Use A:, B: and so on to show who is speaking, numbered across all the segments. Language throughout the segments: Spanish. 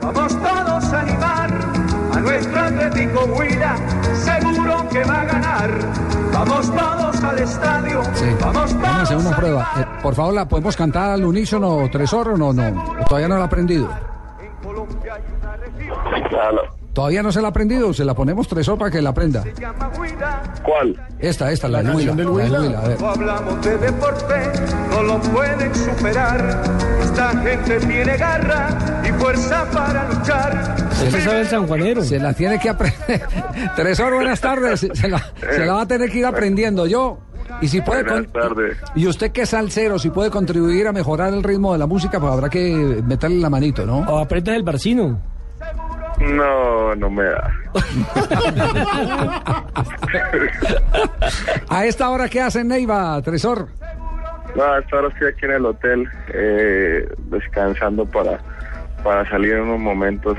A: Vamos todos a animar a nuestro Atlético Huila, seguro que va a ganar. Vamos todos al estadio.
B: Sí.
A: Vamos todos.
B: Vamos a hacer una
A: a
B: prueba. Eh,
A: animar.
B: por favor, ¿la podemos cantar al unísono tres horas? No, no. Todavía no la ha aprendido. Eh.
A: En Colombia hay una región
C: Claro.
B: Todavía no se la ha aprendido. Se la ponemos tres horas para que la aprenda.
A: que se llama Huila.
C: ¿Cuál?
B: Esta, esta, la,
D: La
B: de Huila.
D: canción del
B: la de
D: Huila.
B: Huila, a ver.
A: Cuando hablamos de deporte, no lo pueden superar. Esta gente tiene garra y fuerza para luchar.
E: Usted sabe el sanjuanero.
B: Se la tiene que aprender. Tresor, buenas tardes. Se la, se la va a tener que ir aprendiendo yo. Y si puede
C: Buenas tardes.
B: Y usted que es salsero, si puede contribuir a mejorar el ritmo de la música, pues habrá que meterle la manito,
D: Oh.
B: ¿no?
E: O aprietas el barcino.
C: No, no me da.
B: A esta hora, ¿qué hacen, Neiva, Tresor?
C: No, hasta ahora estoy aquí en el hotel eh, descansando para, para salir en unos momentos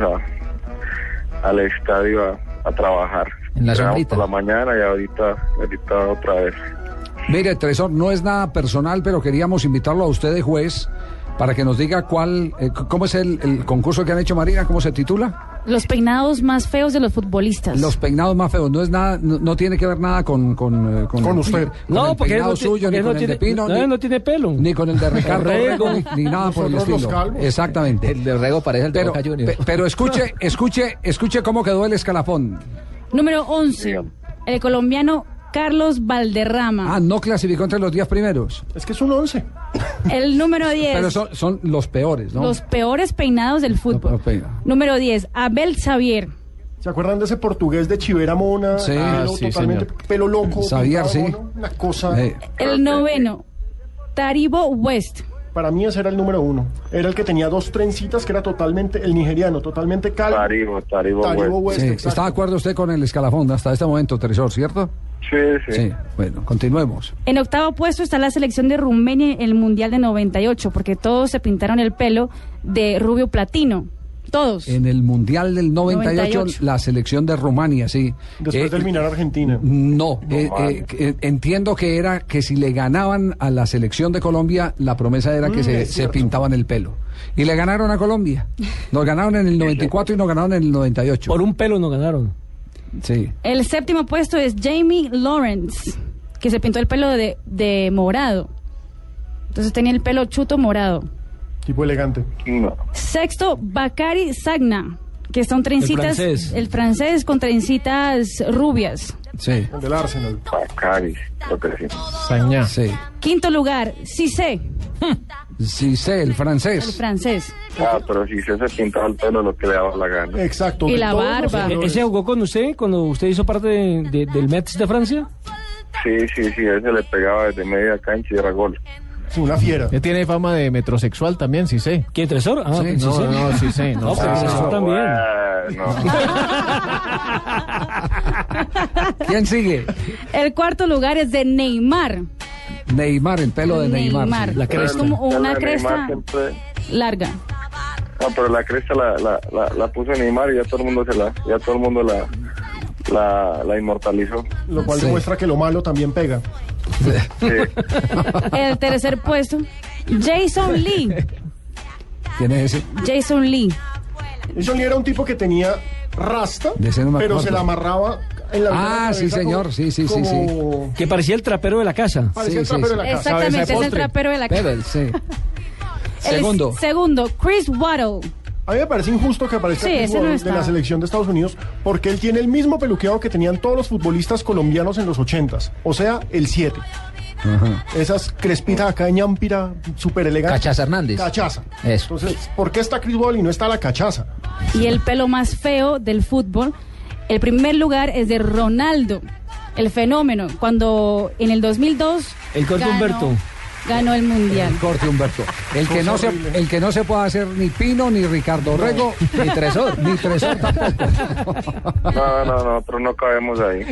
C: a, al estadio a, a trabajar.
B: En la
C: Llegamos
B: sombrita.
C: Por la mañana y ahorita, ahorita otra vez.
B: Mire, Tresor, no es nada personal, pero queríamos invitarlo a usted de juez para que nos diga cuál, eh, c- cómo es el, el concurso que han hecho Marina, cómo se titula.
F: Los peinados más feos de los futbolistas.
B: Los peinados más feos. No es nada, no, no tiene que ver nada con con, eh,
D: Con usted.
B: con el
E: él
B: peinado
E: no ti-
B: suyo, ni
E: él no
B: con el
E: tiene,
B: de Pino,
E: no,
B: ni-
E: él no tiene pelo.
B: ni con el de Ricardo
E: Rego.
B: Rego, ni, ni nada por el
D: Nosotros los
B: estilo.
D: calvos.
B: Exactamente.
G: El de Rego parece el de
B: pero,
G: Boca Juniors.
B: pe- pero escuche, escuche, escuche cómo quedó el escalafón.
F: Número 11.
C: Dígame.
F: El colombiano Carlos Valderrama.
B: Ah, no clasificó entre los 10 primeros.
D: Es que es un once.
F: El número 10.
B: Pero son, son los peores, ¿no?
F: Los peores peinados del fútbol.
B: los peinados.
F: número 10. Abel Xavier.
D: ¿Se acuerdan de ese portugués de Chivera Mona?
B: Sí.
D: Pelo
G: Ah, sí,
D: totalmente
G: señor.
D: pelo loco.
B: Xavier,
D: pintado
B: sí.
D: mono, Una cosa.
B: Eh,
F: El noveno. Taribo West.
D: Para mí ese era el número uno. Era el que tenía dos trencitas, que era totalmente el nigeriano, totalmente calvo.
C: Taribo, Taribo,
D: Taribo
C: güey.
D: West,
B: sí.
D: exacto.
B: ¿Está de acuerdo usted con el escalafón hasta este momento, Tresor, cierto?
C: Sí, sí.
B: Bueno, continuemos.
F: En octavo puesto está la selección de Rumenia en el Mundial de 98, porque todos se pintaron el pelo de rubio platino. Todos.
B: En el Mundial del 98,
F: 98.
B: la selección de Rumania, sí.
D: Después
B: Eh,
D: de eliminar a Argentina.
B: No, eh,
C: vale.
B: eh, eh, entiendo que era que si le ganaban a la selección de Colombia, la promesa era que se,
D: es
B: se
D: cierto.
B: pintaban el pelo. Y le ganaron a Colombia. Nos ganaron en el 94 y nos ganaron en el 98.
E: Por un pelo no ganaron.
B: Sí.
F: El séptimo puesto es Jamie Lawrence, que se pintó el pelo de, de morado. Entonces tenía el pelo chuto morado.
D: Tipo elegante.
C: No.
F: Sexto, Bakari Sagna, que son trencitas.
E: francés.
F: el francés con trencitas rubias.
B: Sí.
D: El del Arsenal.
C: Bacari, lo que sí.
G: Sañá.
B: Sí.
F: Quinto lugar, Cissé,
B: Sí, sé, el
F: el
B: francés.
F: francés.
C: Ah, pero si se se pintaba el pelo lo que le daba la gana.
D: Exacto.
F: Y
D: de
F: la
D: todos los
G: Ah,
F: barba.
E: E-
D: errores.
E: ¿Ese jugó con usted cuando usted hizo parte de- de- del Mets de Francia?
C: Sí, sí, sí, ese le pegaba desde media cancha y era gol.
D: Sí, una fiera.
G: Él tiene fama de metrosexual también, sí sé.
E: ¿Quién, Tresor? Ah,
B: Sí,
E: pues,
B: sí,
G: No,
E: sí.
G: no, sí sé.
E: No,
G: No,
E: pero
G: sé.
E: eso también.
C: Ah, Bueno.
B: ¿Quién sigue?
F: El cuarto lugar es de Neymar.
B: Neymar, el pelo de Neymar. sí.
E: La
F: Es
E: cresta.
F: como una
C: Pero
F: cresta
C: Neymar siempre-
F: larga.
C: No, pero la cresta la, la, la, la puso Neymar y ya todo el mundo se la, ya todo el mundo la, la, la inmortalizó.
D: Lo cual
B: Sí.
D: demuestra que lo malo también pega.
C: Sí.
F: El tercer puesto, Jason Lee.
B: ¿Quién es ese?
F: Jason Lee.
D: Eso era un tipo que tenía rasta,
B: De ese no me
D: pero
B: acuerdo.
D: se la amarraba en la mitad de la
B: Ah, sí,
D: cabeza
B: señor,
D: como-
B: sí, sí, sí,
D: como-
E: Que parecía el trapero de la casa.
D: Parecía el
B: Sí, sí,
D: trapero
B: sí.
D: de la casa.
F: Exactamente, es el
G: postre.
F: trapero de la casa.
B: Pebble, sí.
F: El
B: Segundo.
F: Segundo, Chris Waddle.
D: A mí me parece injusto que aparezca
F: Sí,
D: el
F: ese no
D: jugador
F: está.
D: de la selección de Estados Unidos porque él tiene el mismo peluqueado que tenían todos los futbolistas colombianos en los 80s, o sea, el 7.
B: Ajá.
D: Esas crespitas acá ñampira, súper elegantes.
G: Cachaza Hernández.
D: Cachaza.
G: Eso.
D: Entonces, ¿por qué está Chris Ball y no está la cachaza?
F: Y el pelo más feo del fútbol. El primer lugar es de Ronaldo, el fenómeno. Cuando en el 2002.
E: El corte
F: ganó-
E: Humberto.
F: Ganó el mundial.
B: Corte Humberto. El que, no se, el que no se puede hacer ni Pino, ni Ricardo Rego, ni Tresor, ni Tresor tampoco.
C: No, no, no, nosotros no cabemos ahí.